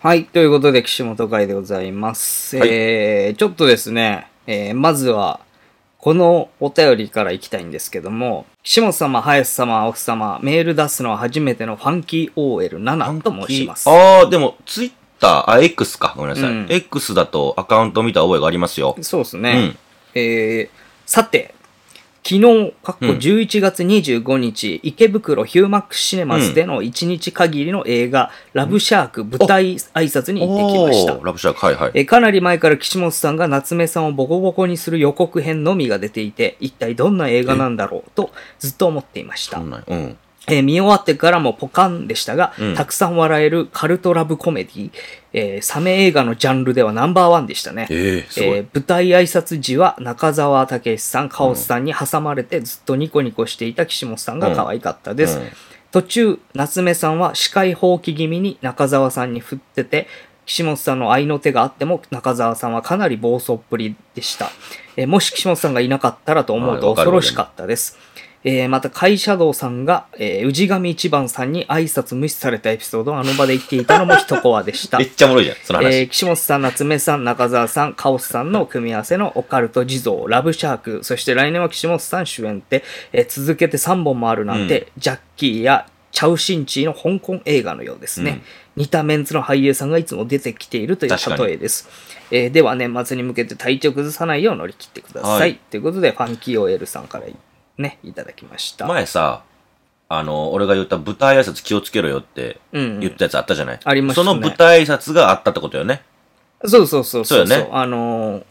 はい。ということで、岸本会でございます。はいえー、ちょっとですね、えー、まずは、このお便りからいきたいんですけども、岸本様、林様、青木様、メール出すのは初めてのファンキー OL7 と申します。ああ、でも、ツイッター、あ、X か。ごめんなさい。うん X だとアカウント見た覚えがありますよ。そうですね。うんえーさて、昨日、かっこうん11月25日、池袋ヒューマックスシネマスでの1日限りの映画、ラブシャーク舞台挨拶に行ってきましたおー。ラブシャーク、はいはい。えーかなり前から岸本さんが夏目さんをボコボコにする予告編のみが出ていて、一体どんな映画なんだろうとずっと思っていましたそ。んなんうん。えー見終わってからもポカンでしたが、うんたくさん笑えるカルトラブコメディ、えーサメ映画のジャンルではナンバーワンでしたね。ええすごい。えー舞台挨拶時は中澤武さん、カオスさんに挟まれてずっとニコニコしていた岸本さんが可愛かったです。うん途中、夏目さんは視界放棄気味に中澤さんに振ってて、岸本さんの愛の手があっても中澤さんはかなり暴走っぷりでした。えーもし岸本さんがいなかったらと思うはといわか恐るろしかったです。えーまた、カイシャドウさんが、えー氏神一番さんに挨拶無視されたエピソードをあの場で言っていたのも一コアでしため。っちゃおもろいじゃん、その話。えー岸本さん、夏目さん、中澤さん、カオスさんの組み合わせのオカルト地蔵、ラブシャーク、そして来年は岸本さん主演って、えー続けて3本もあるなんて、ジャッキーやチャウシンチーの香港映画のようですね。似たメンツの俳優さんがいつも出てきているという確かに例えです。えーでは年末に向けて体調崩さないよう乗り切ってください。はいということで、ファンキー OL さんからね、いただきました。前さ、あの、俺が言った舞台挨拶気をつけろよってうん言ったやつあったじゃない、ありましたねその舞台挨拶があったってことよね。そうそうそうそうそうよねあのー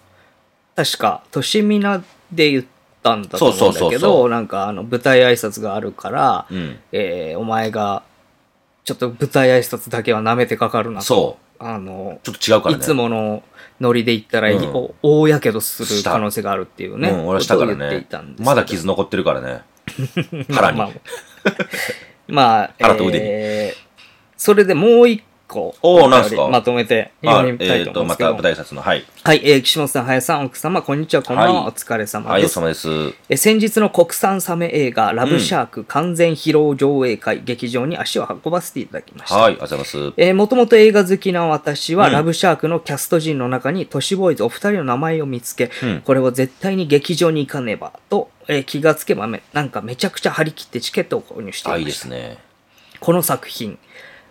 確か、としみなで言ったんだと思うんだけど、そうそうそうそなんかあの舞台挨拶があるから、うん。えーお前が、ちょっと舞台挨拶だけは舐めてかかるなと。そあのう。ちょっと違うからーいね。つものノリで言ったら、うんお大やけどする可能性があるっていうね。うん、俺はしたからことを言ってねいたんですけどまだ傷残ってるか らね。腹に。まあ、まあ、腹と腕にえーそれでもう一個、おーなんすかまとめてあ読えみたいーとと、思うんでますけど。た舞台挨拶の、はい。はい、えー岸本さん、林さん、奥様、こんにちは、こんばんは、はいお疲れ様はい、おで疲す。れ様です。えー先日の国産サメ映画、ラブシャーク完全披露上映会、劇場に足を運ばせていただきました。はい、ありがとうございます。えー、もともと映画好きな私は、うんラブシャークのキャスト陣の中に、都市ボーイズお二人の名前を見つけ、うんこれは絶対に劇場に行かねば、と、えー気がつけばめ、なんかめちゃくちゃ張り切ってチケットを購入していあ、まいいでしたす。ね。この作品、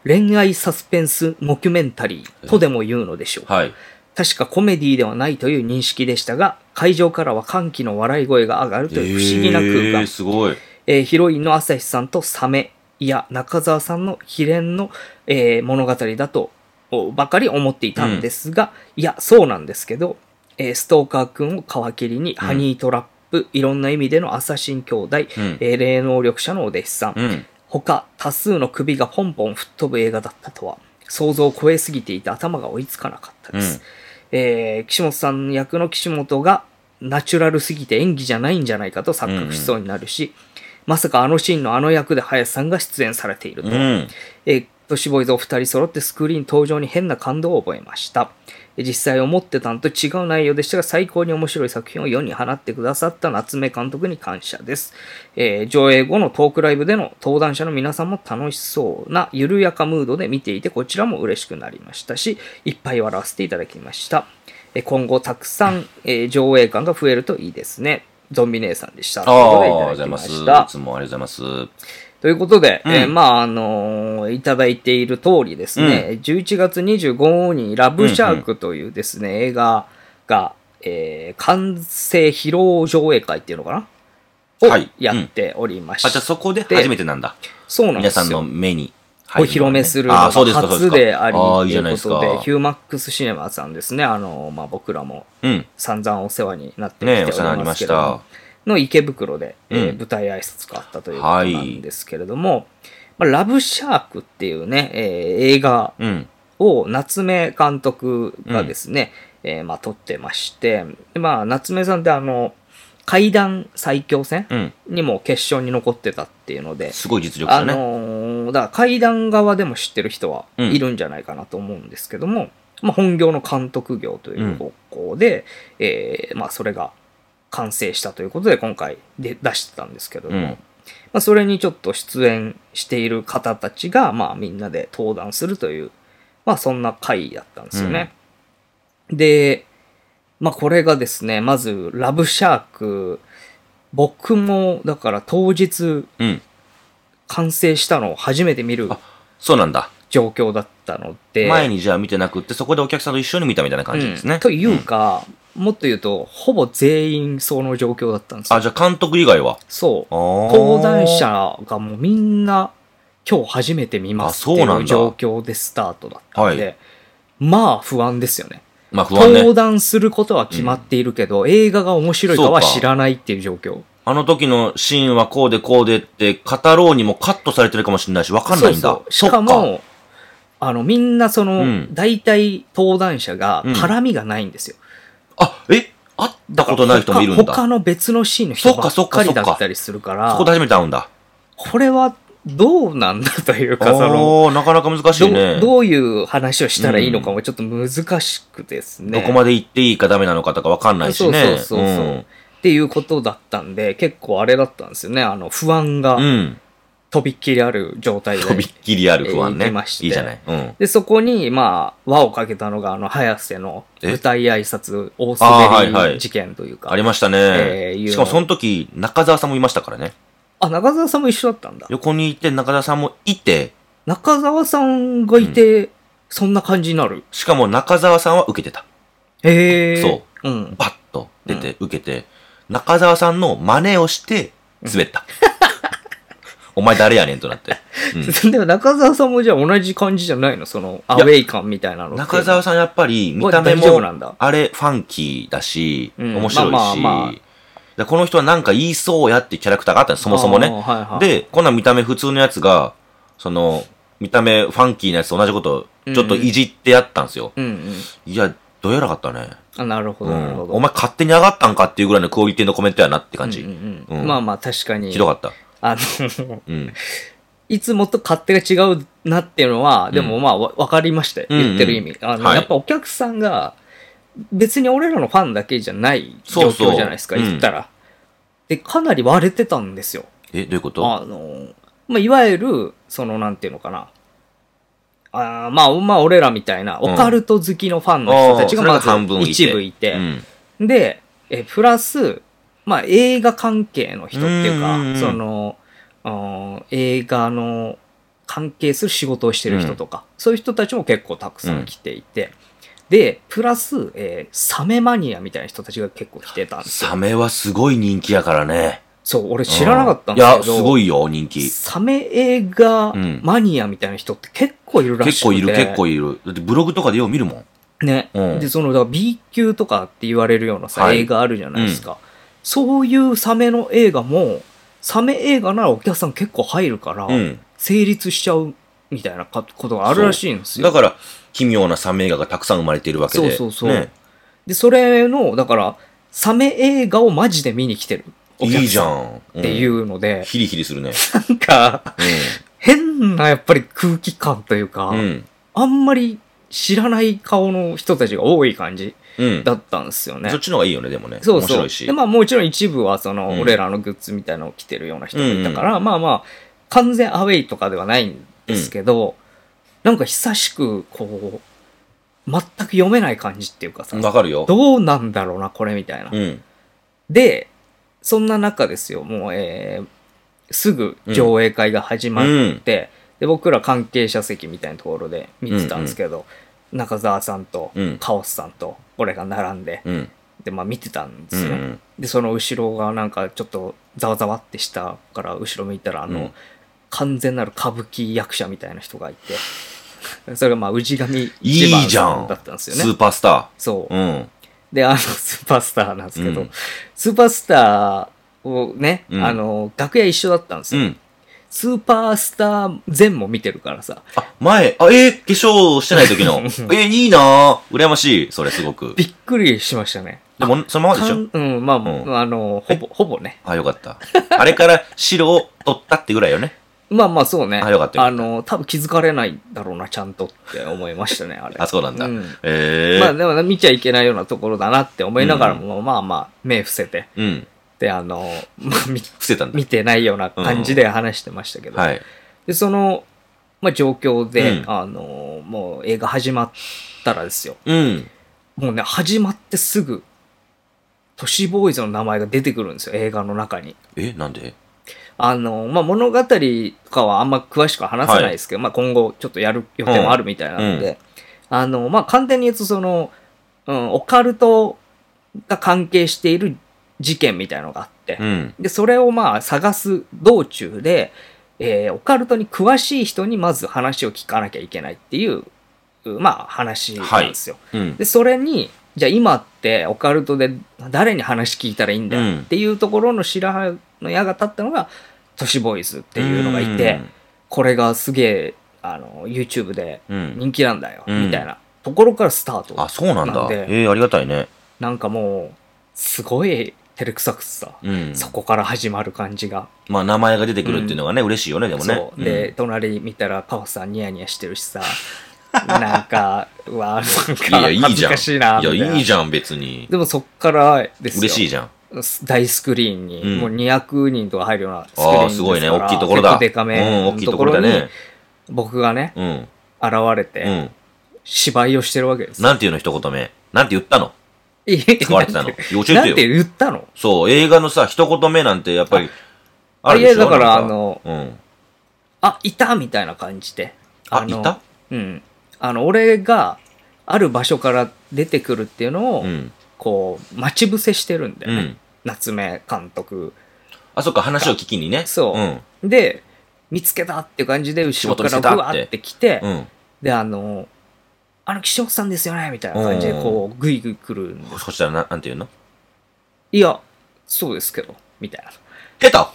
恋愛サスペンスモキュメンタリーとでも言うのでしょうかはい。確かコメディではないという認識でしたが、会場からは歓喜の笑い声が上がるという不思議な空えー間。すごい。えーヒロインの朝日さんとサメ、いや、中澤さんの秘伝の、えー物語だと、おばかり思っていたんですが、いや、そうなんですけど、えーストーカー君を皮切りに、ハニートラップ、いろんな意味でのアサシン兄弟、うんえー霊能力者のお弟子さん、うん。他多数の首がポンポン吹っ飛ぶ映画だったとは想像を超えすぎていて頭が追いつかなかったです、うんえー岸本さん役の岸本がナチュラルすぎて演技じゃないんじゃないかと錯覚しそうになるし、まさかあのシーンのあの役で林さんが出演されているとうは、ん。えー、都市ボーイズお二人揃ってスクリーン登場に変な感動を覚えました。えー実際思ってたんと違う内容でしたが、最高に面白い作品を世に放ってくださった夏目監督に感謝です。えー上映後のトークライブでの登壇者の皆さんも楽しそうな緩やかムードで見ていて、こちらも嬉しくなりましたし、いっぱい笑わせていただきました。えー今後たくさん、えー上映感が増えるといいですね。ゾンビ姉さんでした。あということであ、ありがとうございます。いつもありがとうございます。ということで、うんえーまあ、あのーいただいている通りですね、11月25日にラブシャークというですね、映画が、えー完成披露上映会っていうのかなはいをやっておりまして、あ、じゃあそこで初めてなんだ。そうなんで皆すさよ。んの目にお入披露目するのああがー、そうですか、そうです初か。でありあとあ、いいじいゃないうですことか。で、ヒューマックスシネマさんですね、あのーまあ、僕らもうん。散々お世話になってきねてえ、おお世話になりりまますけれしどもた。の池袋で、えーうん舞台挨拶があったということなんですけれども、まあ、ラブシャークっていうね、えー映画うん。を夏目監督がですね、えーまあ、撮ってまして、でまあ、夏目さんってあの、階段最強戦うん。にも決勝に残ってたっていうので、すごい実力あだね。のーだから階段側でも知ってる人はうんいるんじゃないかなと思うんですけども、まあ、本業の監督業という方向で、えーまあ、それが完成したということで今回で出してたんですけども、うんまあ、それにちょっと出演している方たちが、まあ、みんなで登壇するというまあそんな回だったんですよね。で、まあこれがですね、まずラブシャーク、僕もだから当日うん。完成したのを初めて見るあ、そうなんだ。状況だったので。前にじゃあ見てなくって、そこでお客さんと一緒に見たみたいな感じですね。うんというか、もっと言うと、ほぼ全員その状況だったんですあ、よ。じゃあ監督以外はそう。登登壇者がもうみんな、今日初めて見ますってあそうないんうだ状況でスタートだったんで、はまあ不安ですよね。まあ不安登ね。壇することは決まっているけど、映画が面白いかはそうか知らないっていう状況。あの時のシーンはこうでこうでって、語ろうにもカットされてるかもしれないし、わかんないんだ。そうそうしかそっも、あの、みんなその、うん大体登壇者が絡みがないんですよ。あ、え会ったことない人もいるん他他だ。の別のシーンの人ばそっっかかそっかそりっかだったりするから、そこで初めて会うんだ。これはどうなんだというか、その、おー、なかなか難しいね。どどういう話をしたらいいのかもちょっと難しくですね。どこまで行っていいかダメなのかとかわかんないしね。そうそうそうそうっていうことだったんで、結構あれだったんですよね。あの、不安がうん。うん。とびっきりある状態で。とびっきりある不安ね。えー行きましていいじゃない。うん。で、そこに、まあ、輪をかけたのが、あの、早瀬のえ舞台挨拶、大あーはい滑はりい事件というか。あ,、ありましたね。えーいうのしかもその時、中澤さんもいましたからね。中澤さんも一緒だったんだ。横にいて中澤さんもいて、中澤さんがいて、そんな感じになる。しかも中澤さんは受けてた。へえ。。そううん。 バッと出て受けて、中澤さんの真似をして、滑った。 お前誰やねんと なって。うでも中澤さんもじゃあ同じ感じじゃないのその、アウェイ感みたいなのってん、中澤さんやっぱり見た目大丈夫なも、んだ。あれファンキーだし、うん面白いし、まあまあまでこの人はなんか言いそうやってキャラクターがあったんです、そもそもね。あーはいはい、で、こんな見た目普通のやつが、その、見た目ファンキーなやつと同じこと、ちょっといじってやったんですよ。うんうん。いや、どうやらかったね。あなるほうど、なるん。ほど。お前勝手に上がったんかっていうぐらいのクオリティのコメントやなって感じ。うんうんううんんまあまあ確かに。ひどかった。あの、 うん。いつもと勝手が違うなっていうのは、でもまあわわかりましたよ。うんうん言ってる意味。あの、はいやっぱお客さんが、別に俺らのファンだけじゃないそ状うそう況じゃないですか、うん言ったら。で、かなり割れてたんですよ。え、どういうことあの、まあ、いわゆる、その、なんていうのかな。あーまあ、まあ、俺らみたいな、うんオカルト好きのファンの人たちがあーまずそれが半分いて一部いて、うん。で、えプラス、まあ、映画関係の人っていうか、うんうんうんその、うん映画の関係する仕事をしてる人とか、そういう人たちも結構たくさん来ていて、で、プラス、えーサメマニアみたいな人たちが結構来てたんですよ。サメはすごい人気やからね。そう、俺知らなかったんでうすけど、いや、すごいよ、人気。サメ映画マニアみたいな人って結構いるらし結く構て、いる、結構いる。だってブログとかでよう見るもん。ね、うんでそのだから B 級とかって言われるようなさ、はい映画あるじゃないですか、そういうサメの映画もサメ映画ならお客さん結構入るから、うん。成立しちゃうみたいなかことがあるらしいんですよだから、奇妙なサメ映画がたくさん生まれているわけで。そうそうそうね。でそれのだからサメ映画をマジで見に来てるお客さいいじゃっん。ってい。うので、ヒリヒリするね。なんかう変なやっぱり空気感というか、ん。うん。 あんまり知らない顔の人たちが多い感じうん。だったんですよねそっ。ちの方がいいよね、でもね。そう面そ白うい。し。で、まあもちろん一部はその、うん俺らのグッズみたいなのを着てるような人もいたから、まあまあ、完全アウェイとかではないんですけど、なんか久しく、こう、全く読めない感じっていうかさ、わかるよ。どうなんだろうな、これみたいな。うん。で、そんな中ですよ、もう、えー、すぐ上映会が始まうって、ん。で僕ら関係者席みたいなところで見てたんですけど、中澤さんと、うんカオスさんと、俺が並んで、うん。で、まあ見てたんでうすよ。ん。でその後ろがなんかちょっとざわざわってしたから後ろ向いたらあの、うん完全なる歌舞伎役者みたいな人がいて それがまあ氏神い一番いじゃさんん。だったんですよスねーパースタそうー。うん。であのスーパースターなんですけど、うんスーパースターをね、うんあの楽屋一緒だったんですうよ、ん。スーパースター前も見てるからさあ、前、あ、えー、化粧してない 時の。えー、いいなぁ。羨ましい。それすごく。びっくりしましたねでも、そのままでしかょんうんまあ、んあのほぼほぼねあ、よかった。あれから白を取ったってぐらいよね。まあまあそうね。あよかったよかあの、多分気づかれないだろうな、ちゃんとって思いましたね、あれ。あ、そうなんだ。うんえまあー。でも見ちゃいけないようなところだなって思いながらも、まあまあ、目伏せて、うん。で、あの、 まあ、み伏せたんだ見。てないような感じで話してましたけど、はい。で、その、まあ、状況で、うんあのーもう映画始まったらですよ。うん。もうね、始まってすぐ、都市ボーイズの名前が出てくるんですよ、映画の中に。え、なんであの、まあ、物語とかはあんま詳しくは話せないですけど、まあ、今後ちょっとやる予定もあるみたいなので、あの、まあ、簡単に言うと、その、うん、オカルトが関係している事件みたいなのがあって、うん。で、それをまあ、探す道中で、えーオカルトに詳しい人にまず話を聞かなきゃいけないっていう、まあ、話なんですよ。うん。で、それに、じゃあ今ってオカルトで誰に話聞いたらいいんだうんよっていうところの白羽の矢が立ったのが、都市ボーイズっていうのがいて、これがすげえ、あの、YouTube でうん。うん。人気なんだよ、うんみたいなところからスタート。あ、そうなんなだん。でえー、ありがたいね。なんかもう、すごい照れくさくさ、うん。そこから始まる感じが。まあ、名前が出てくるっていうのがね、嬉しいよね、でもね。そう。で、隣見たら、カホさんニヤニヤしてるし さ、なんか、うわ、なんうんいや、かいい恥じずゃん。かしいな、みたいな。いや、いいじゃん、別に。でもそっからですよ。嬉しいじゃん。大スクリーンに、うんもう200人とか入るようなスクリーンああ、ですすからごいね。大きいところ結構だ。デカめうん、大きいところだね。僕がね、うん。現れて、うん。芝居をしてるわけですよ。なんていうの一言目。なんて言ったのいや使われてたの。なんよて教えなんててよ。言ったのそう、映画のさ、一言目なんてやっぱり、あるいでしや、ょだから、あなんの、うん。あ、いたみたいな感じで。あ、のいたうん。あの、俺が、ある場所から出てくるっていうのを、うん。こう、待ち伏せしてるんだうよね。ん。夏目監督。あ、そっか、話を聞きにね。そううん。で、見つけたっていう感じで、後ろか仕事ら見つけたブワーって来て、うん。で、あの、あの、岸本さんですよねみたいな感じで、こう、ぐいぐい来るんでそしたら、ななんて言うのいや、そうですけど、みたいな。下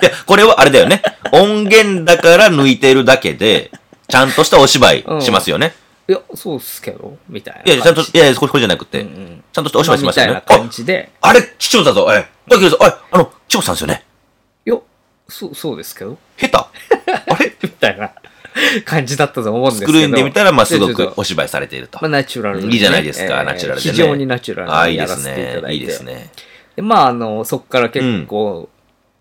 手いや、これはあれだよね。音源だから抜いてるだけで、ちゃんとしたお芝居しますよね。いや、そうっすけど、みたいな感いじ。や、ちゃんと、いやいや、そこじゃなくて、うんうんちゃんとしたお芝居しまあまみすたよいねな。感じで、あれ、市長だぞ、ええ。だけどさ、ああの、市長さんですよね。いや、そう、そうですけど、 下手あれみたいな 感じだったと思うんですスけど。クリーンで見たら、まあ、すごでちょくっとお芝居されていると。まあ、ナチュラルにね、いいじゃないですかえーナチュラルでね非常にナチュラああ、ルいにいやでらすせていただね。いいいて。ですね。でまあ、あの、そこから結構、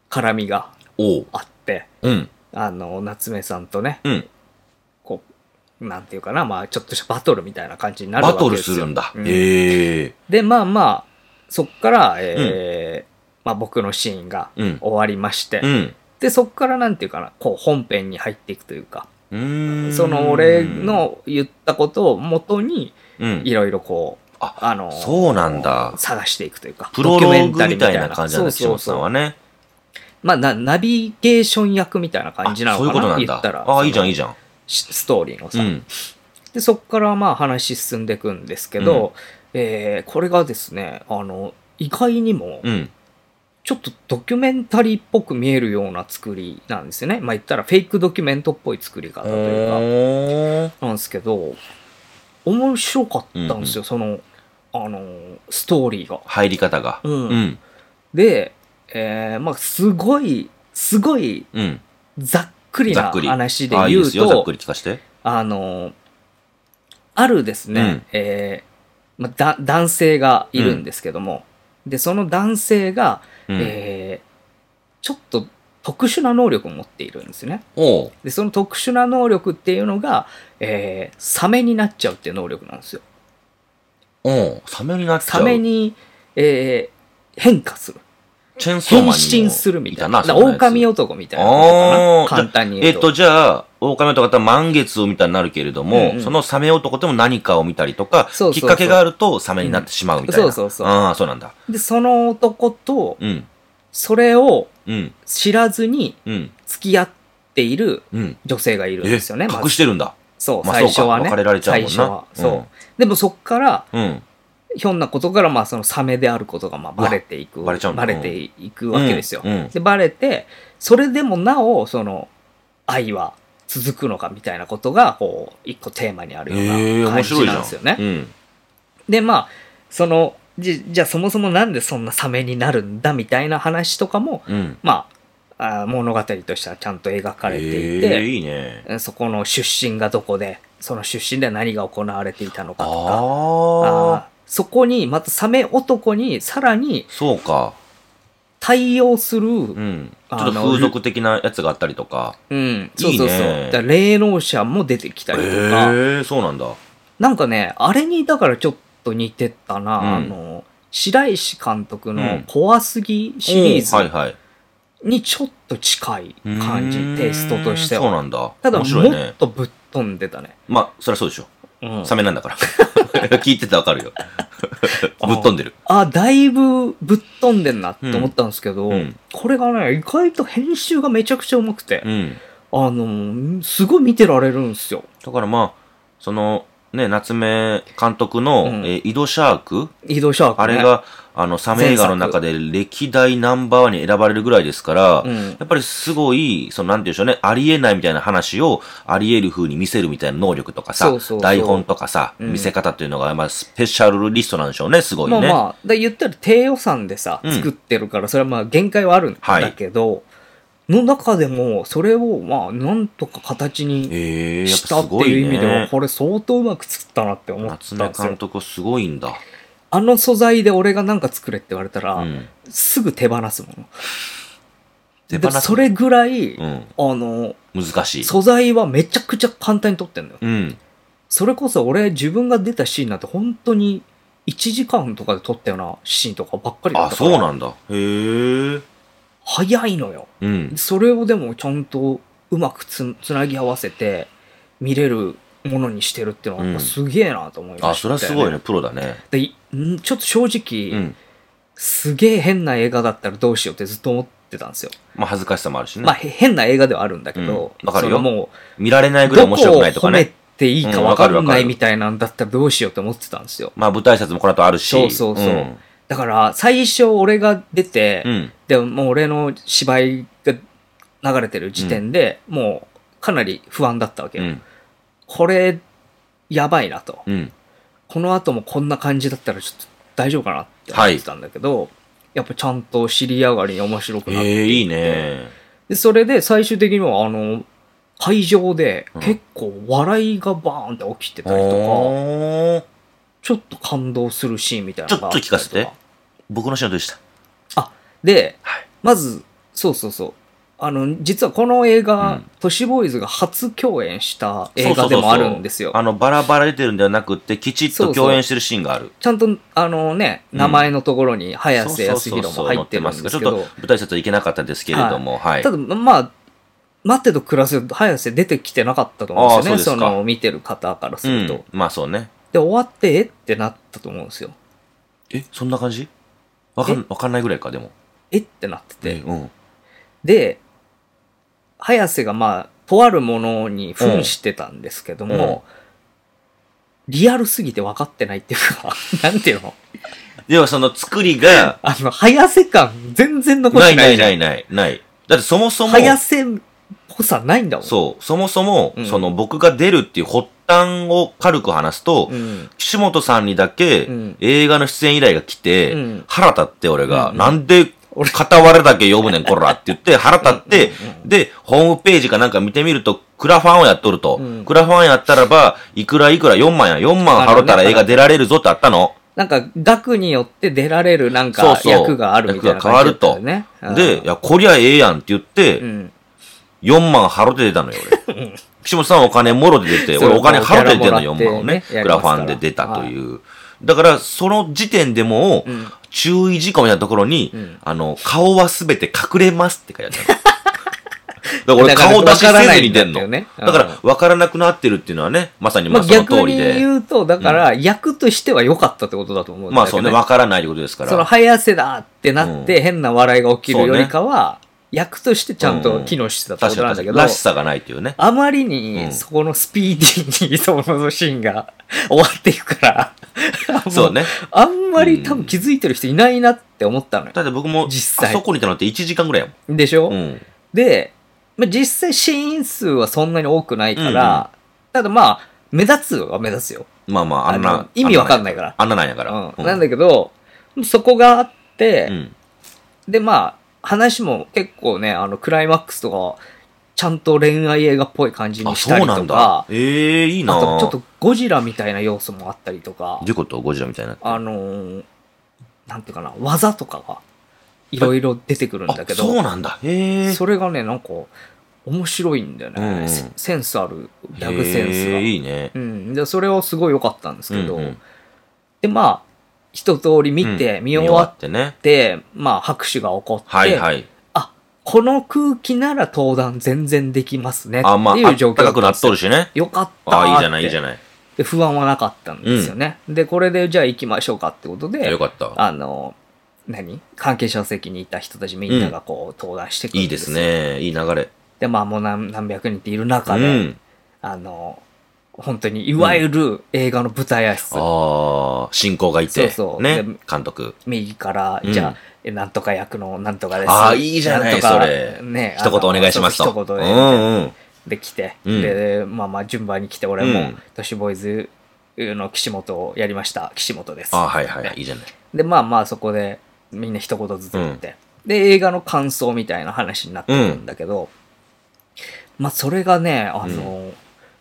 絡みがおう。あって、うん。あの、夏目さんとね、うん。こう、なんていうかな、まあ、ちょっとしたバトルみたいな感じになるわバけトでルすすよ。るんだ。うええ。で、まあまあ、そっから、えーまあ、僕のシーンがうん終わりまして、うん。で、そっからなんていうかな、こう、本編に入っていくというか、うーん。その俺、の言ったことを元に、うんい。ろいろこう、あの、そうなんだ探していくというか、プロローグみたドキュいメンタリーな感じなんそうだ、岸そう本そさうんはね。まあな、ナビゲーション役みたいな感あじなのそうかいなうことなん言っただら。。ああ、いいじゃん、いいじじゃん。ゃん。ストーリーのうさ、ん。で、そこからまあ話進んでいくんですけど、えーこれがですね、あの、意外にも、うん。ちょっとドキュメンタリーっぽく見えるような作りなんですよね。まあ言ったらフェイクドキュメントっぽい作り方というおーか、なんですけど、面白かったんですよ、その、あの、ストーリーが。入り方が。うんうん。で、えーまあすごい、すごいうん。ざっくりざなっくり。話でああいい言でうすよ、ざっとく、り聞かせて。あの、あるですね、うんえーまあ、だ男性がいるんですけども、で、その男性が、うん。えーちょっと特殊な能力を持っているんですね。おう。で、その特殊な能力っていうのが、えーサメになっちゃうっていう能力なんですよ。おう。サメになっちゃう。サメに、えー変化する。チェーンソー変マンにも身するみたいな。いだたからな狼を。男みたいなことあーかな。簡単にえ言うっと。と、じゃあ、狼男とは満月を見たになるけれども、うんうんそのサメ男でも何かを見たりとそか、うそうそうきっかけがあるとサメになってしまうみたいな。うんそうそうそうああ、そうなんだ。で、その男と、うん。それをうん。知らずにうん。付き合っているうん。女性がいるんえ、ですよね。まず隠してるんだ。そう、まあ最初はそうね。か別れられちゃうもん最な初は。そう。うんでもそっから、うん。ひょんなことから、まあ、そのサメであることが、まあ、バレていく。わバレちゃうんだていくわけですよ。うんうんで、バレて、それでもなお、その、愛は続くのかみたいなことが、こう、一個テーマにあるよええうな面感白じいじなゃんん。ですよね。うん。で、まあ、その、じ、じゃあそもそもなんでそんなサメになるんだみたいな話とかも、うん。まあ、あー物語としてはちゃんと描かれていええて、いいね。そこの出身がどこで、その出身で何が行われていたのかあとか、ああーそこに、またサメ男にさらにそうか。対応する、う、うんん。ちょあっのと風俗的なやつがあったりとか。そうそうそう。いいねだから霊能者も出てきたええりとか、ー、そうなんだ。なんかね、あれにだからちょっと似てったな、うんあの、白石監督うのん怖すぎシリーおはいズはい。にちょっと近いうーん感じ、テイストとしてそうは。なんだ。ただ、面も白いっね。とぶっ飛んでたね。まあ、そりゃそうでしょ。うんサメなんだから。 聞いてたらわ かるよ。ぶっ飛んでる。あ、だいぶぶっ飛んでんなって思ったんですけど、うんうんこれがね、意外と編集がめちゃくちゃうまくてう、ん。あの、すごい見てられるんですよ。だからまあ、その、ね、夏目監督の、うんえー井戸シャーク移動シャーク、ね。あれ、が、あの、サメ映画の中で歴代ナンバーワンに選ばれるぐらいですから、うん。やっぱりすごい、その、なんて言うんでしょうね、ありえないみたいな話を、ありえる風に見せるみたいな能力とかさ、そうそうそう台本とかさ、うん見せ方っていうのが、まあ、スペシャルリストなんでしょうね、すごいまあね。まあ、だ言ったら低予算でさ、うん作ってるから、それはまあ限界はあるんだけど、の中でも、それをまあ、なんとか形にええやっしたぱっすてごいいう意味では、ね。これ相当うまく作ったなって思っ夏たん目です監よ。督すごいんだ。あの素材で俺がなんか作れって言われたら、うん。すぐ手放すもの。手放だからすそれぐらい、うん。あの、難しい。素材はめちゃくちゃ簡単に撮ってんのよ。うん。それこそ俺自分が出たシーンなんて本当に1時間とかで撮ったようなシーンとかばっかりだっあ、たから。そうなんだ。へえ。早いのよ。うん。それをでもちゃんとうまくつつなぎ合わせて見れるものにしてるっていうのはやっぱすげえなと思いまあ、したよそれね、はすごいね。プロだね。でいんちょっと正直、うん。すげえ変な映画だったらどうしようってずっと思ってたんですよ。まあ、恥ずかしさもあるしね。まあへ変な映画ではあるんだけど、うんわかるよそのも見られなういぐらいどこを面白くないとか褒めね。ていいかうんわわかかるわんかるないみたいなんだったらどうしようって思ってたんですよ。まあ、舞台挨拶もこの後あるし。そうそうそううん。だから最初俺が出て、うんでもう俺の芝居が流れてる時点で、もうかなり不安だったわけうよ、ん。これやばいなとうん。この後もこんな感じだったらちょっと大丈夫かなって思ってたんだけど、やっぱちゃんと尻上がりに面白くなってええ、いいね。でそれで最終的にはあの会場で結構笑いがバーンって起きてたりとか、おーちょっと感動するシーンみたいなのがあちょっと聞かせてったりとか僕の仕事でした。で、はいまず、そうそうそう。あの、実はこの映画、うん都市ボーイズが初共演した映画でもあるんですよ。あの、バラバラ出てるんではなくて、きちっと共演してるシーンがある。ちゃんと、あのね、うん名前のところに、早瀬そう康そうそう弘そもう入ってるんで載すけちょどっ、と舞台挨拶はいけなかったですけれども、はい。ただ、まあ、待ってと暮らすと、早瀬出てきてなかったと思うんですよね、ああそそうですかの、見てる方からすうると。ん。まあそうね。で、終わって、えってなったと思うんですよ。え、そんな感じわかん、わかんないぐらいか、でも。えってなってて。うん。で、早瀬がまあ、とあるものに扮してたんですけども、リアルすぎて分かってないっていうか、 なんていうのでは、その作りが、あの、早瀬感全然残っなていなないいじゃ。なんいない、ない。だってそもそも、早瀬っぽさないんだもん。そう、そもそも、うんその僕が出るっていう発端を軽く話すと、ん。岸本さんにだけうん映画の出演依頼が来て、うん腹立って俺が、うんなんで俺片割れだけ呼ぶねん、こらって 言って腹立って、うんで、ホームページかなんか見てみると、クラファンをやっとると。うんクラファンやったらば、いくらいくら4万や、4万払ったら映画出られるぞってあったの。なんか、額によって出られるなんそうかそう役があるみたいな感じだったよね。で、いや、こりゃええやんって言って、うん、 4万払って出たのよ、 俺。岸本さんはお金もろで出て、そう俺お金払って出てんのもよ、うギャ4ラ万もをらっね。てねクラファンで出たという。だから、その時点でもう、うん注意事項みたいなところに、うんあの、顔はすべて隠れますって書いて あったの。だだかからら俺顔出しせずに出わからないんの。んだよねうんだから、わからなくなってるっていうのはね、まさにままあ、あその逆通にりで。言うと、だから、役としては良かったってことだと思うんだけど、ね。まあそうね、わからないということですから。その早瀬だってなって変な笑いが起きるよりかは、役としてちゃんと機能してたってこ確とかなんにだけ確かどに、らしさがないっていうね。あまりうにんそこのスピーディーにそのシーンが終わっていくから、もそう。ね。 あんまり多分気づいてる人いないなって思ったのよ。だって僕も、実際あそこにいたのって1時間ぐらいやもでしょ、ん。うん。で、まあ、実際シーン数はそんなに多くないから、ただまあ、目立つは目立つよ。まあまあ、あんあなの。意味わかんないからあんななんやから。うん。なんだけど、そこがあって、うん。で、まあ、話も結構ね、あの、クライマックスとか、ちゃんと恋愛映画っぽい感じにあ、したそりうなとんだか、。ええいいあなと、ちょっとゴジラみたいな要素もあったりとかどうい、うことゴジラみたいな。あのーなんていうかな、技とかが、いろいろ出てくるんあだけど、そうなんだ。へえ。それがね、なんか、面白いんだよね。うんうんセセンスある、ギャグセンスが。へえいいね。うん、でそれはすごい良かったんですけど、うんうんでまあ一通り見て、うん見終わっってね。てまあ拍手が起こって、はいはい。あこの空気なら登壇全然できますねってあ、まあ、いあう状っ況ただかったんくなでっすとよるしね。よかったああ、いいじゃない、いいじゃいない。で不安はなかったんですよね、でこれでじゃあ行きましょうかってことでよかった。あの何関係者席にいた人たちみんながこう、登壇してくるんいいですね。いい流れ。でまあもう何何百人っている中うで、ん。あの本当にいわゆる映画の舞台挨拶、ああ、進行がいそて。うそうねで。監督。右から、うんじゃあえ、なんとか役のなんとかです。ああいいじゃないんとかそれね、一言お願いしますあと。のそううん一言で、うん。で来て、うんで、まあまあ順番に来て、俺うもん、都市ボーイズの岸本をやりました。岸本ですあ。あ、はいはい。いいじゃない。で、まあまあそこで、みんな一言ずつ言って、で、映画の感想みたいな話になってくるんだけど、まあそれがね、あの、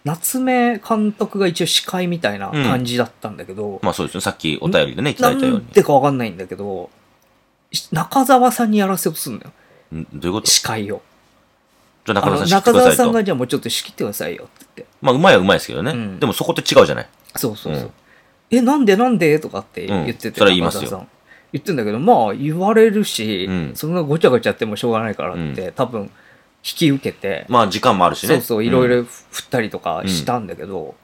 夏目監督が一応司会みたいな感じだったんだけど、まあそうですね。さっきお便りでね、いたなだいたようんでかわかんないんだけど、し中澤さんにやらせようとするんだよ。に。んどういうことじ司会を。ゃああ中の村さん知って中くだ澤ささいんと。がじゃあもうちょっと仕切ってくださいよって言って。まあ、うまいはうまいですけどうね。んでもそこと違うじゃない。そうそうそう。うんえ、なんでなんでとかって言ってて、うんそれは言いますよ中澤さん言ってんだけど、まあ言われるし、うんそんなごちゃごちゃやってもしょうがないからって、多分引き受けて、まあ、時間もあるしね。そうそう、いろいん。ろ振ったりとかしたんだけど、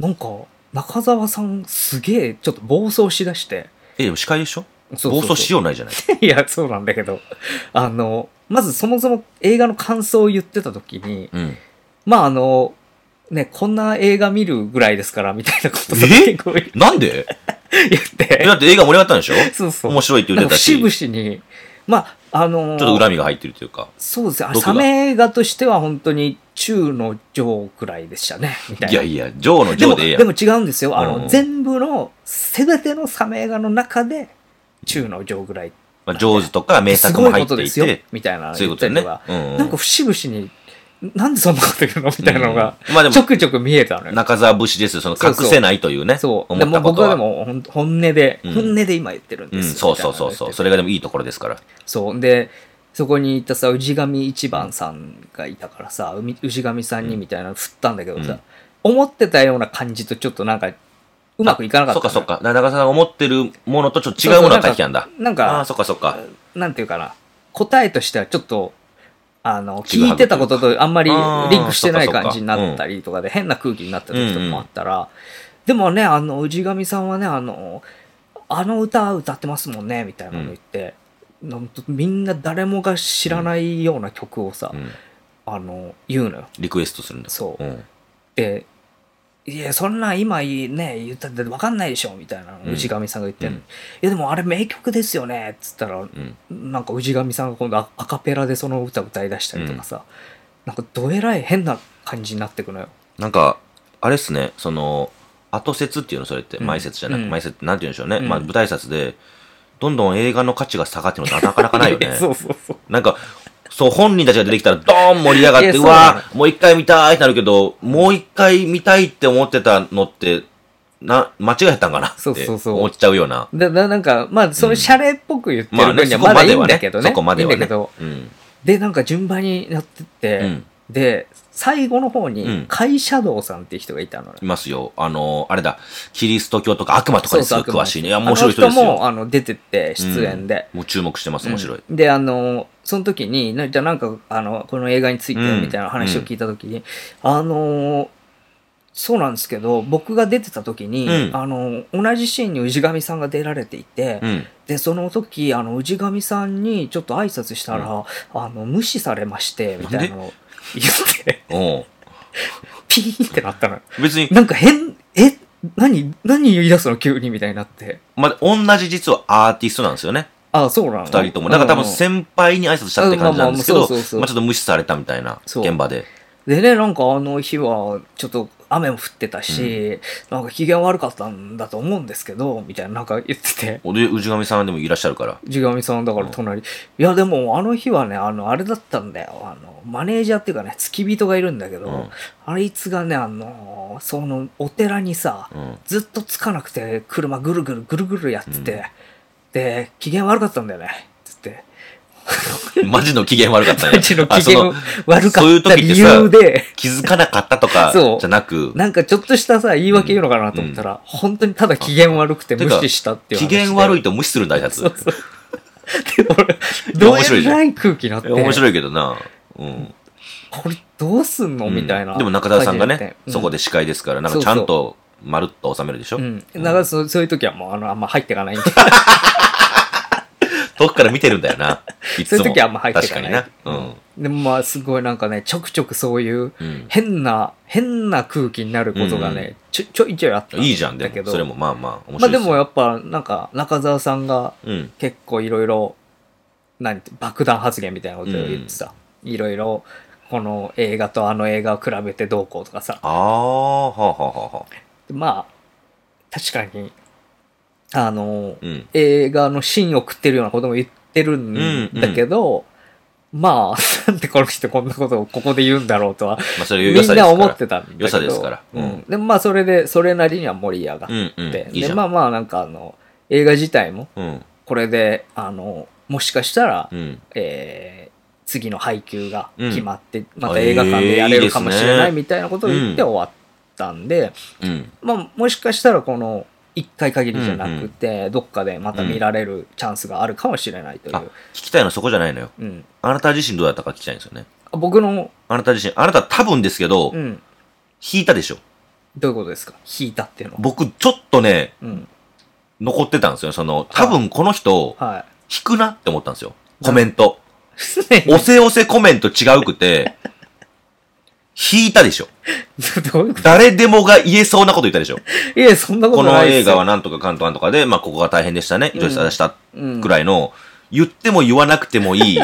なんか中澤さんすげえちょっと暴走しだして、え、でも司会でしょそうそ暴うそう走しようないじゃ ない。いや、そうなんだけど。あの、まずそもそも映画の感想を言ってた時に、うん。まああの、ね、こんな映画見るぐらいですから、みたいなことをえ結構言っなんでえて、だって映画盛り上がったんでしょそうそう。面白いって言っなんてたかし、ちょっ節々に、まあ、あの、と恨みが入ってるというか。そうですね。あれ毒がサメ映画としては本当に中の上くらいでしたね、みたいな。いやいや、ジョーのジでョもーでええやでん。も違うんですよ。あの、うん全部の、すべてのサメ映画の中で、中の上ぐらい。まあ、ジョーズとか名作も入っすごいことてでいすよて、、みたいなそうい言うこったとりね。とか。うんなんか節々に、なんでそんなこと言うのみたいなのが、うんまあでちょも、くちょく見えたのよ。中澤節ですよ。そのそうそう隠せないというね。そう。で思もったうこと僕はでは。もほん本音で、うん本音で今言ってるんうでん、す。そうそうそうそう。それ。れがでもいいところですから。そう。で、そこにいたさ、氏神一番さんがいたからさ、うみ氏神さんにみたいなの振ったんだけどさ、思ってたような感じとちょっとなんか、うまくいかなかったそのっよ。かそっか。だから中澤さんが思ってるものとちょっと違うものが書きなんだ。なんあか、あー、そっかそっか。なんていうかな、答えとしてはちょっと、あの、ちぐ聞はぐいてたこととあんまりリンクしてないあーそっかそっか感じになったりとかで、変な空気になった時とかもあったら、でもね、あの、氏神さんはね、あの、あの歌歌ってますもんね、みたいなの言って、なんとみんな誰もが知らないような曲をさ、うんあの、言うのよ。リクエストするんだ。そううん。で、いや、そんなん今いいね、言ったって分かんないでしょ、みたいなうの、ん氏神さんが言ってんの、うんいや、でもあれ名曲ですよね、っつったら、うん。なんか氏神さんが今度アアカペラでその歌歌い出したりとかさ、なんかどえらい変な感じになってくのよ。なんか、あれっすね、その、後説っていうの、それって、うん前説じゃなく、うん前説ってなんて言うんでしょうね。うんまあ、舞台説で、どんどん映画の価値が下がってるのってなかなかないよ ね。そうそうそう。なんか、そう、本人たちが出てきたら、ドーン盛り上がっいやて、そううわーもう一回見たいってなるけど、もう一回見たいって思ってたのって、な、間違えたんかなそうってそうそう思っちゃうような。でななんか、まあ、そのシャレっぽく言ってまるあね、分にそはこまだまいいでんはだねけど。ね。そこまではいいんだねけど。。うん。で、なんか順番になってって、うんで、最後の方うにん、カイシャドウさんっていう人がいたのよ。いますよ。あの、あれだ、キリスト教とか悪魔とかそうにすそごうい詳しいね。いや、あの面白い人ですよ。も、あの、出てって、出演で。うんもう注目してます、面白い。うんで、あの、その時に、なじゃあなんか、あの、この映画についてうんみたいな話を聞いた時に、あの、そうなんですけど、僕が出てた時に、うんあの、同じシーンに氏神さんが出られていて、うん。で、その時、あの、氏神さんにちょっと挨拶したら、あの、無視されまして、みたいなのを言って、 おうピーンってなったの。別に、なんか変、え、何、何言い出すの急にみたいになって。まあ、同じ実はアーティストなんですよね。あそうなの二人とも。だから多分うん先輩に挨拶したって感じなんですけど、うんまあまあまあまあそうそうそうちょっと無視されたみたいな、そう現場で。でね、なんかあの日は、ちょっと雨も降ってたし、なんか機嫌悪かったんだと思うんですけど、みたいななんか言ってて。 で、氏神さんでもいらっしゃるから。地神さんだから隣、いやでもあの日はねあのあれだったんだよあのマネージャーっていうかね付き人がいるんだけど、うんあいつがねあのそのお寺にさ、 うん。ずっとつかなくて車ぐるぐるぐるぐるやってて、うんで機嫌悪かったんだよねっつってマジの機嫌悪かったんやマジの機嫌 あその悪かそういうった時って理さ由で、気づかなかったとかそうじゃなく、なんかちょっとしたさ、言い訳言うのかなと思ったら、本当にただ機嫌悪くて無視したっていう機話嫌悪い。いと無視するんだ、挨そう拶。そう。で、俺、 どう面白いいうじゃんらい空気になって、面白いけどな。うん。これどうすんのみたいな、うんでも中澤さんが感じになっねて、うんそこで司会ですから、なんかちゃんとまるっと収めるでしょうん。うんだからそそういう時はもう、あの、あんま入っていかないんで。 遠くから見てるんだよな。いつそうも。いう時はあんま入っていかない。確かにな。でもまあ、すごいなんかね、ちょくちょくそういう、うん。うん変な、変な空気になることがね、うんうちょちょいちょいあったいいじゃん、でだけも。どそれもまあまあ、面ま白あいですもやっぱ、なんか、中澤さんがうん。結構いろいろ、何て爆弾発言みたいなことを言ってさ、いろいろ、この映画とあの映画を比べてどうこうとかさ、ああ、はあはあはあはあ。まあ、確かに、あの、うん。映画のシーンを食ってるようなことも言ってるんだけど、まあ、 なんでこの人こんなことをここで言うんだろうとは、まあ、それ良みさんでなすから。思ってたんだけど。良さですからううんん。で、まあ、それで、それなりには盛り上がっうんうん。て。いいじで、ゃん。まあまあ、なんかあの、映画自体も、うん。これで、あの、もしかしたら、うん。えー次の配給がうん決まって、また映画館でやれるかもしれあないいいですねみたいなことを言ってうん終わったんで、うん。まあ、もしかしたらこの1回限りじゃなくて、どっかでまた見られるチャンスがあるかもしれないというあ、聞、きたいのはそこじゃないのよ。うん、あなた自身どうだったか聞きたいんですよね。あ僕の、あなた自身、あなた多分ですけど、うん、引いたでしょ。どういうことですか引いたっていうのは。僕、ちょっとね、うん、残ってたんですよ。その、多分この人、 は引くなって思ったんですよ。コメント。い。すでにおせおせコメント違うくて、引いたでしょ。どういうこ誰でもが言えそうなこと言ったでしょ。といや、そんなこことなのいで映す画よ。はなんとかかんとかんとかで、まあ、ここが大変でしたね。うん一応したしたうんくらいの、言っても言わなくて もいい、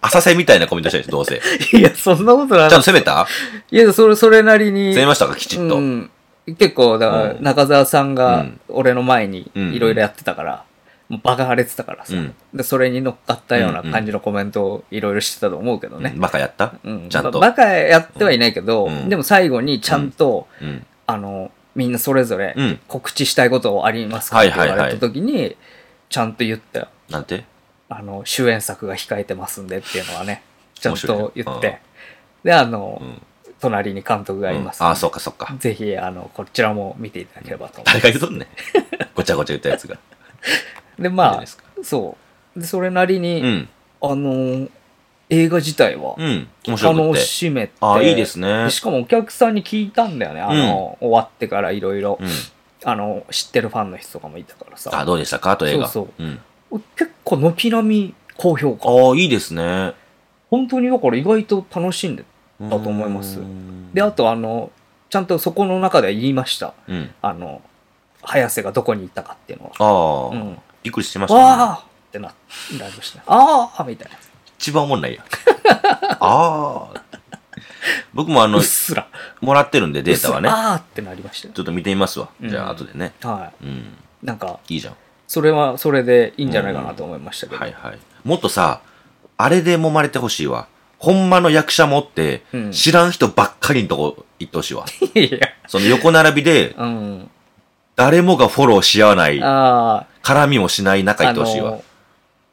浅瀬みたいなコメントしたでしょ、どうせ。ちいや、そんなことなゃいん。と攻めたいや、それ、それなりに。攻めましたか、きちっと。うん、結構、だから、うん中澤さんうがん、俺の前にうんいろいろやってたから、もうバカ腫れてたからさ、うんで、それに乗っかったような感じのコメントをいろいろしてたと思うけどうねん。バカやった、うんちゃんと。バカやってはいないけど、うんでも最後にちゃんと、うん。あの、みんなそれぞれうん告知したいことありますかって言われた時に、ちゃんと言ったよ。なんてあの、主演作が控えてますんでっていうのはね、ちゃん面白いねと言っうんて。で、あの、うん。隣に監督がいます、うんあ、そうか、そうか。ぜひ、あの、こちらも見ていただければと思い誰まが言うとん ねん。ごちゃごちゃ言ったやつが。す。で、いいじゃまないですかあ、そう。で、それなりに、うん。あの、映画自体はうん。面白く楽て。しめて、あ、いいですねで。しかもお客さんに聞いたんだよね。あの、終わってからいろいろう、ん。あの、知ってるファンの人とかもいたからあ、さ、どうでしたかと映画。そうそうん。結構軒並み高評価。ああ、いいですね。本当にだから意外と楽しんで。だと思いますで、あ、とあの、ちゃんとそこの中で言いました。うん。あの、早瀬がどこに行ったかっていうのは。ああ、うん。びっくりしてました、ね。わあってな、なりましたね。ああみたいな。一番おもん ないや。ああ。僕もあうのっ、すら。もらってるんで、データはねうっす。らああってなりましたよちょっと見てみますわ。うんじゃあ、後でね。はうん。い。なんか、いいじゃん。それはそれでいいんじゃないかなと思いましたけど。はいはい。もっとさ、あれで揉まれてほしいわ。ほんまの役者持って、うん知らん人ばっかりのとこ行ってほしいわ。いや、その横並び で、うん。誰もがフォローし合わない、あ絡みもしないあ、仲行あってほしいわ。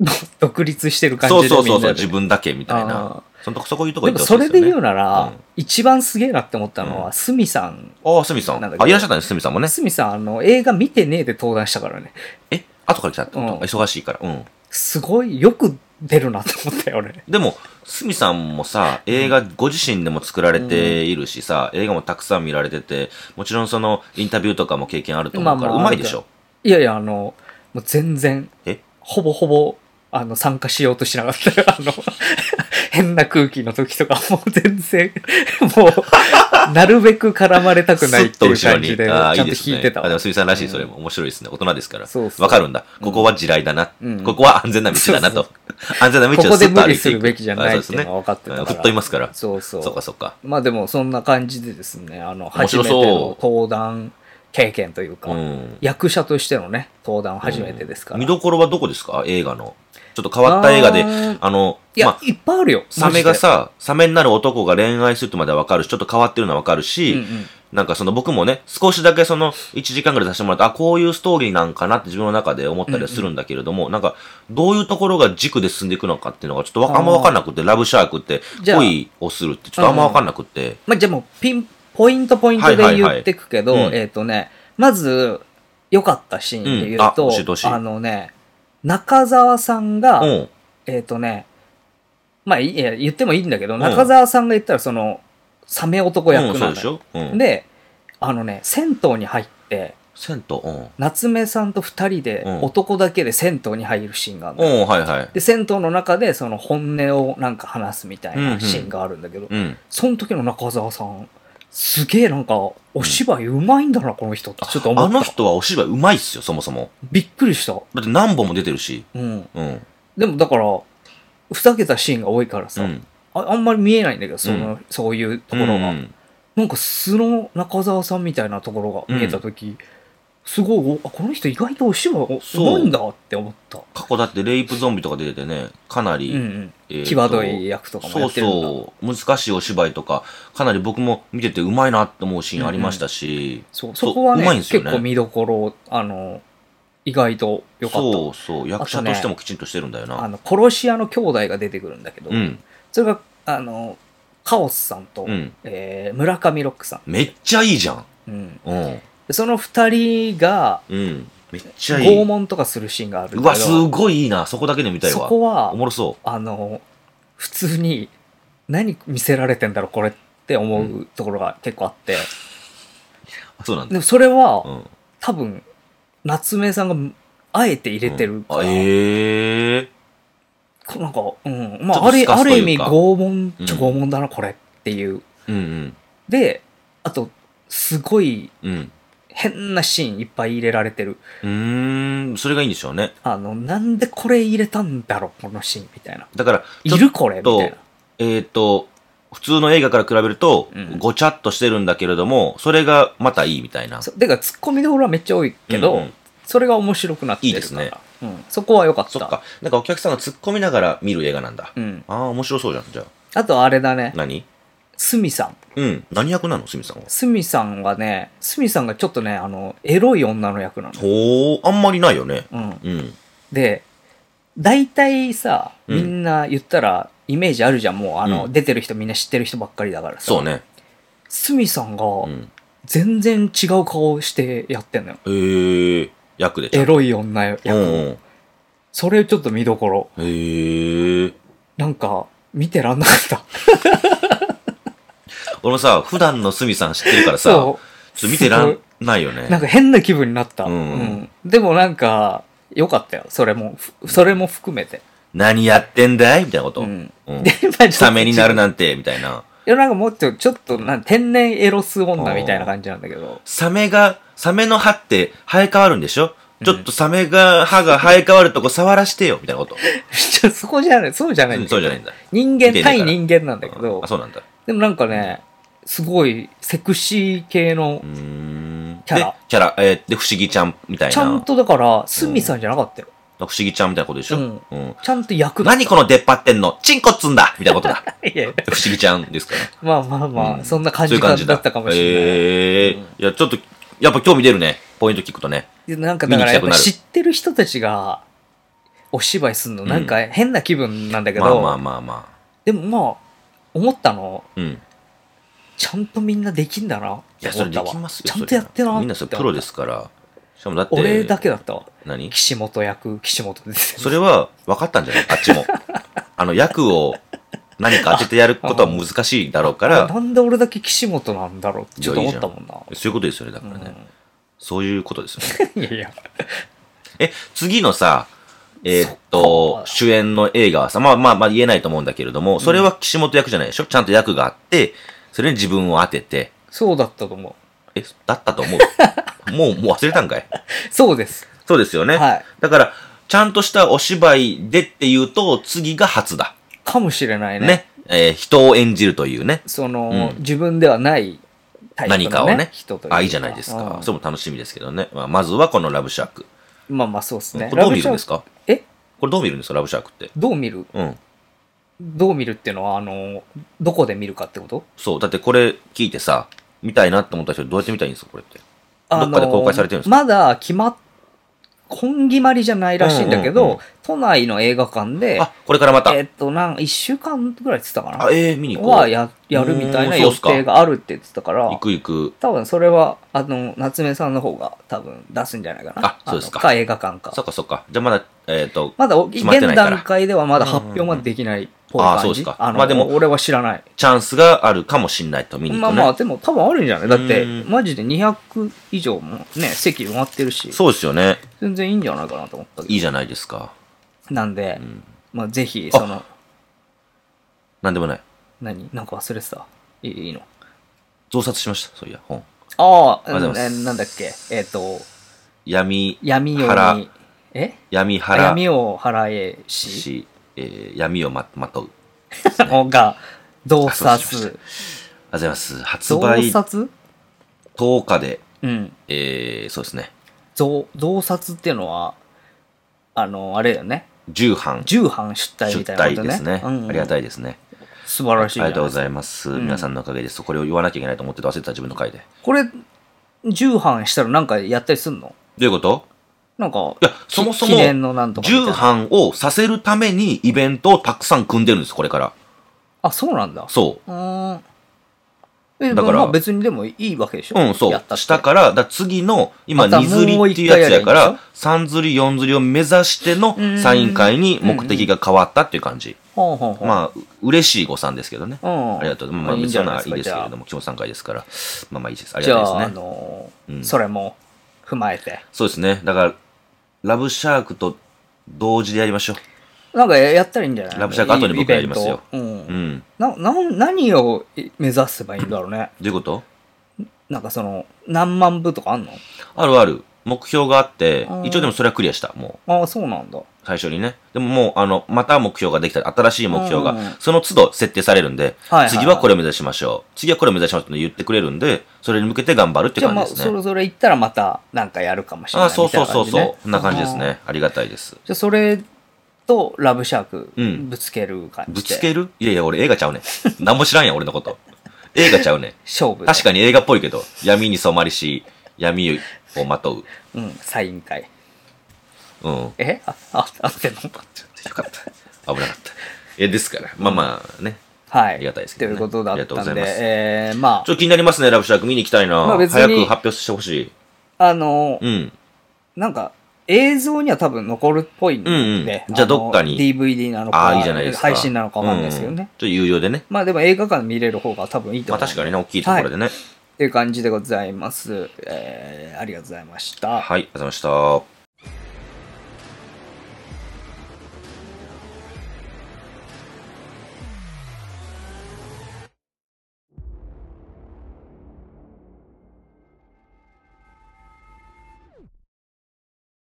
の、独立してる感じそうでそうそうみんそう、なで自分だけみたいあな。そんとこ、そこいうとこで行っもてほそしいでれですよね。言うなら、うん一番すげえなって思ったのは、すみさん。ああ、すみさん。なんだけどあ、いらっしゃったね、すみさんもね。すみさん、あの、映画見てねえで登壇したからね。え、後から来たってこと、うん忙しいから。うん。すごい、よく出るなと思ったよ、俺。でも、すみさんもさ、映画ご自身でも作られているしさ、映画もたくさん見られてて、もちろんその、インタビューとかも経験あると思うから、まあうまあまいでしょ。いやいや、あの、もう全然、えほぼほぼ、あの、参加しようとしなかったよ。 あの、変な空気の時とか、もう全然、もう、なるべく絡まれたくないっていう感じで、ちああ、ゃいいんとです引いね。てたあ、でわもすみさんらしい、それも。面白いですね。大人ですから。そうそうわかるんだ。ここは地雷だな。うんここは安全な道だなと。安全な道をここスでッと無歩理いていくするべきじゃないっていうのは分かってうたんから。ずっといますから。そうそう。そうかそうか。まあでもそんな感じでですね、あの、面初め白てそうの登壇経験というか、うん。役者としてのね、登壇初めてですから。見どころはどこですか映画の。ちょっと変わった映画であー、あの、いや、まあ、いっぱいあるよ。サメがマさ、サメになる男が恋愛するってまではわかるし、ちょっと変わってるのはわかるジし、で、うんうんなんかその僕もね、少しだけその1時間ぐらい出してもらって、あ、こういうストーリーなんかなって自分の中で思ったりはするんだけれども、なんかどういうところが軸で進んでいくのかっていうのがちょっとわあんまわかんなくて、ラブシャークってじゃあ恋をするってちょっとあんまわかんなくて、まあ、じゃあもうピン、ポイントポイントはでいはいはい言ってくけど、うんえっ、とね、まず、良かったシーンで言うと、うんあ教えてほしいあのね、中澤さんが、うん。えっ、とね、まあいいいや言ってもいいんだけど、ん中澤さんが言ったらその、サメ男う役ん、そなうでしのよ、ょうん。で、あのね、銭湯に入って、銭湯、うん。夏目さんと二人でうん男だけで銭湯に入るシーンがあるのよ、うん、はいはい。で、銭湯の中でその本音をなんか話すみたいなシーンがあるんだけど、うん。その時の中澤さん、すげえなんか、お芝居うまいんだな、この人ってちょっと思っあた。の人はお芝居うまいっすよ、そもそも。びっくりした。だって何本も出てるし。うん。うん。でもだから、ふざけたシーンが多いからうさ、ん。ああんまり見えないんだけど、その、そういうところが。うんなんか素の中澤さんみたいなところが見えた時、すごいおあ、この人意外とお芝居すごいんだって思った。過去だってレイプゾンビとか出ててね、かなうり、んうん。えーと際どい役とかもやそうってるんだ。そうそう、難しいお芝居とか、かなり僕も見ててうまいなって思うシーンありましたし、そそうこはねうまいんです結よね構見どころ、あの、意外と良かった。そうそう、役者としてもきちんとしてるんだよあな。の殺し屋の兄弟が出てくるんだけど、うん、それがあのカオスさんと、うん。えー村上ロックさめっちゃいいじゃん。ん、うんうん。でその二人がうん。めっちゃい拷い。問とかするシーンがあるんだけうどわ、すごいいいな。そこだけで見たいそわ。こはおもろそあの普通に何見せられてんだろうこれって思うところが結構あって、う。あそうなんでだ。もそれは、うん。多分夏目さんがあえて入れてるから、あええこなんか、うんまちょあ、あっとスるカあスとるい意う味か拷問うんちょ拷問だなこれっていううんであとすごいうん。うん。変なシーンいっぱい入れられてるうーん、それがいいんでしょうね。あのなんでこれ入れたんだろうこのシーンみたいなだから、ちょいるこれみたいなえっ、と、普通の映画から比べると、うんごちゃっとしてるんだけれども、それがまたいいみたいな。そてかツッコミどころはめっちゃ多いけど、うんうんそれが面白くなってるからいいでうん、そこは良かったそっか。なんかお客さんが突っ込みながら見る映画なんだ。うん、ああ、面白そうじゃん。じゃあ、あとあれだね何スミさんうん。何役なのすみさんは。スミさんはねスミさんがちょっとねあのエロい女の役なの、ほー、あんまりないよね。うん、うん。で大体さみんな言ったらイメージあるじゃんもうあの、うん出てる人みんな知ってる人ばっかりだからさそうね。スミさんが、うん。全然違う顔してやってんのよ。えー、役でちゃエんと。ロい女役うを。んうん。それちょっと見どころ。えー。なんか、見てらんなか った。俺もさ、普段のすみさん知ってるからさ、ちょそっと見てらすんないよねう。。なんか変な気分になった。うんでもなんか、よかったよ。それも、ふそれも含めて。何やってんだいみたいなこと。ううん。ん。 で、まあ、サメになるな。なんて、みたいな。いや、なんかもっと、ちょっとなん、天然エロス女みたいな感じなんだけど。 サメが、サメの歯って生え変わるんでしょうんちょっとサメが、歯が生え変わるとこ触らしてよ、みたいなこと。ちょそこじゃない、そうじゃないうんんだけどそうじゃないんだ。人間見てねえ対から人間なんだけうどんあ、、そうなんだ。でもなんかね、すごいセクシー系のうーん。キャラで、キャラ、えーで、不思議ちゃんみたいな。ちゃんとだから、スミさんじゃなかったよ。不思議ちゃんみたいなことでしょ、ううんん、ちゃんと役だ。何この出っ張ってんのチンコっつんだみたいなことだ。 いや不思議ちゃんですから。まあまあまあ、うんそんな感そういじう感じだったかもしれない。えーいや、ちょっと、やっぱ興味出るね。ポイント聞くとね。なんかだから見に行やきたっくぱなる知ってる人たちがお芝居するの、うんなんか変な気分なんだけまあど、まあまあまあ。でもまあ、思ったの、うん。ちゃんとみんなできんだなっいてや、そ思っれでたわ。きますよ。ちゃんそとれやってなって。みんなそれプロですすから。しかもだって。俺だけだったわ。何岸本役、岸本です。それは分かったんじゃないあっち も。あの、役を何か当ててやることは難しいだろうかなら、んで俺だけ岸本なんだろうってちょっと思ったもんな。そういうことですよね、だからね。そういうことですよね。 うんい やいや、え、次のさ、えーっそっと、か主演の映画はさ、まあまあまあ言えないと思うんだけれども、それは岸本役じゃないでしょちゃんと役があって、それに自分を当てて、そうだったと思。え、だったと思うもう、 もう忘れたんかいうそうです。そうですよね。はい。だから、ちゃんとしたお芝居でっていうと、次が初だ。かもしれないね。えー人を演じるというね。その、うん自分ではないタイプの、ね、何かをね人というあ、いいじゃないですか。うんそれも楽しみですけどね。まあ、まずはこのラブシャーク。まあまあそうですね。これどう見るんですかかえこれどう見るんですかラブシャークって。どう見るうん。どう見るっていうのは、あの、どこで見るかってことそう。だってこれ聞いてさ、見たいなって思った人どうやって見たらいいんですかこれって。あのどっかで公開されてるんですかまだ決まっ、本決まりじゃないらしいんだけど、うんうんうん都内の映画館で、あ、これからまた。えっと、なん、1週間ぐらいって言ってたかあ、えー、見にな行こう。はや、やるみたいなうんそう予っすか定があるって言ってたから、行く行く。多分それは、あの、夏目さんの方が多分出すんじゃないかな。あそうですかのか映画館かそ。っかそっか。じゃあまだ、えっ、と、まだ、現決まってないから段階ではまだ発表までできないっぽいうんうんうんあ感じ。そうですかあの、まあでも俺は知らない。チャンスがあるかもしんないと見に行まくあね。まあ、でも多分あるんじゃないだって、うんマジで200以上もね、席埋まってるし、そうですよね。全然いいんじゃないかなと思ったけいいじゃないですか。ど。なんで、うん。まあ、ぜひ、その、なんでもない。何なんか忘れてたいいいの増刷しました。そういや、本。ああ、ありがとうござないますなんだっけえっ、と、闇、闇夜腹に、え闇あ腹闇を払えし、し、えー闇をま、まとう。 が、洞あそうしま察。ありがとうございます。発洞売察10日で、うん。えー、そうですね。洞洞察っていうのは、あの、あれだよね。重版重版出題出みたいなこ題とでね。すね。うんうんありがたいですね。素晴らしいじあゃりがとうごん。ざいます。ん皆さんのおかげです。これを言わなきゃいけないと思ってて忘れてた自分の回で。これ、重版したらなんかやったりすんのどういうことなんか、いや、そもそも記、念のなんとかみたい重な。版をさせるためにイベントをたくさん組んでるんです、これから。あ、そうなんだ。そうーん。え、だからまあ別にでもいいわけでしょう。うん、そやっう。たってしたから、だから次の、今、またもう2釣りっていうやつや一回かやればいいんらで、 3釣り、4釣りを目指してのうんサイン会に目的が変わったっていう感じ。ほうほうほう。まあ、う嬉しい誤算ですけどね。うん。ありがとう。まあ、いいん別じにゃのなはいいいでですすけか。れども、基本参回ですから。まあまあいいです。ありじがゃあ、たじゃあ、いあですね。のーうんそれも踏まえて。そうですね。だから、ラブシャークと同時でやりましょなんかやったらいいんじゃないラブシャーク後に僕イベンやりますよトう。う。うんん。な、な、何を目指せばいいんだろうね。どういうことなんかその、何万部とかあんのあるある。目標があってう、ん一応でもそれはクリアした。もう。ああ、そうなんだ。最初にね。でももう、あの、また目標ができたり、新しい目標うんが、その都度設定されるんで、はいはいはい次はこれを目指しましょう。次はこれを目指しましょうって言ってくれるんで、それに向けて頑張るってじゃあまあ、感じですそね。れぞれ行ったらまたなんかやるかもしれあないあ、みたいなそうそ感うじ、ね。そうそう。こんな感じですあー。ね。ありがたいです。じゃあそれとラブシャークうんぶつける感じで。ぶつけるいやいや、俺映画ちゃうねん。なんも知らんやん、俺のこと。映画ちゃうねん。勝負で。確かに映画っぽいけど、闇に染まりし、闇をまとう。うん、サイン会。うん。よえ あ、あ、あってんのかった。危なかった。え、ですから。まあまあね。はい。ありがたいですけどねということだありっがとうごたざんいで、ますえー、まちょっと気になりますね、ラブシャーク。見に行きたいな。まあ別に早く発表してほしい。あ、あのー、うん。なんか、映像には多分残るっぽいんで、うんうんじゃあどっかにの DVD なのあかあ、いいじゃないですか。配信なのかわかんないですけどうんね。ちょっと有料でね。まあでも映画館で見れる方が多分いいとま思う。あ確かにね、大きいところでね。っていう感じでございます。えー、ありがとうございました。はい、ありがとうございました。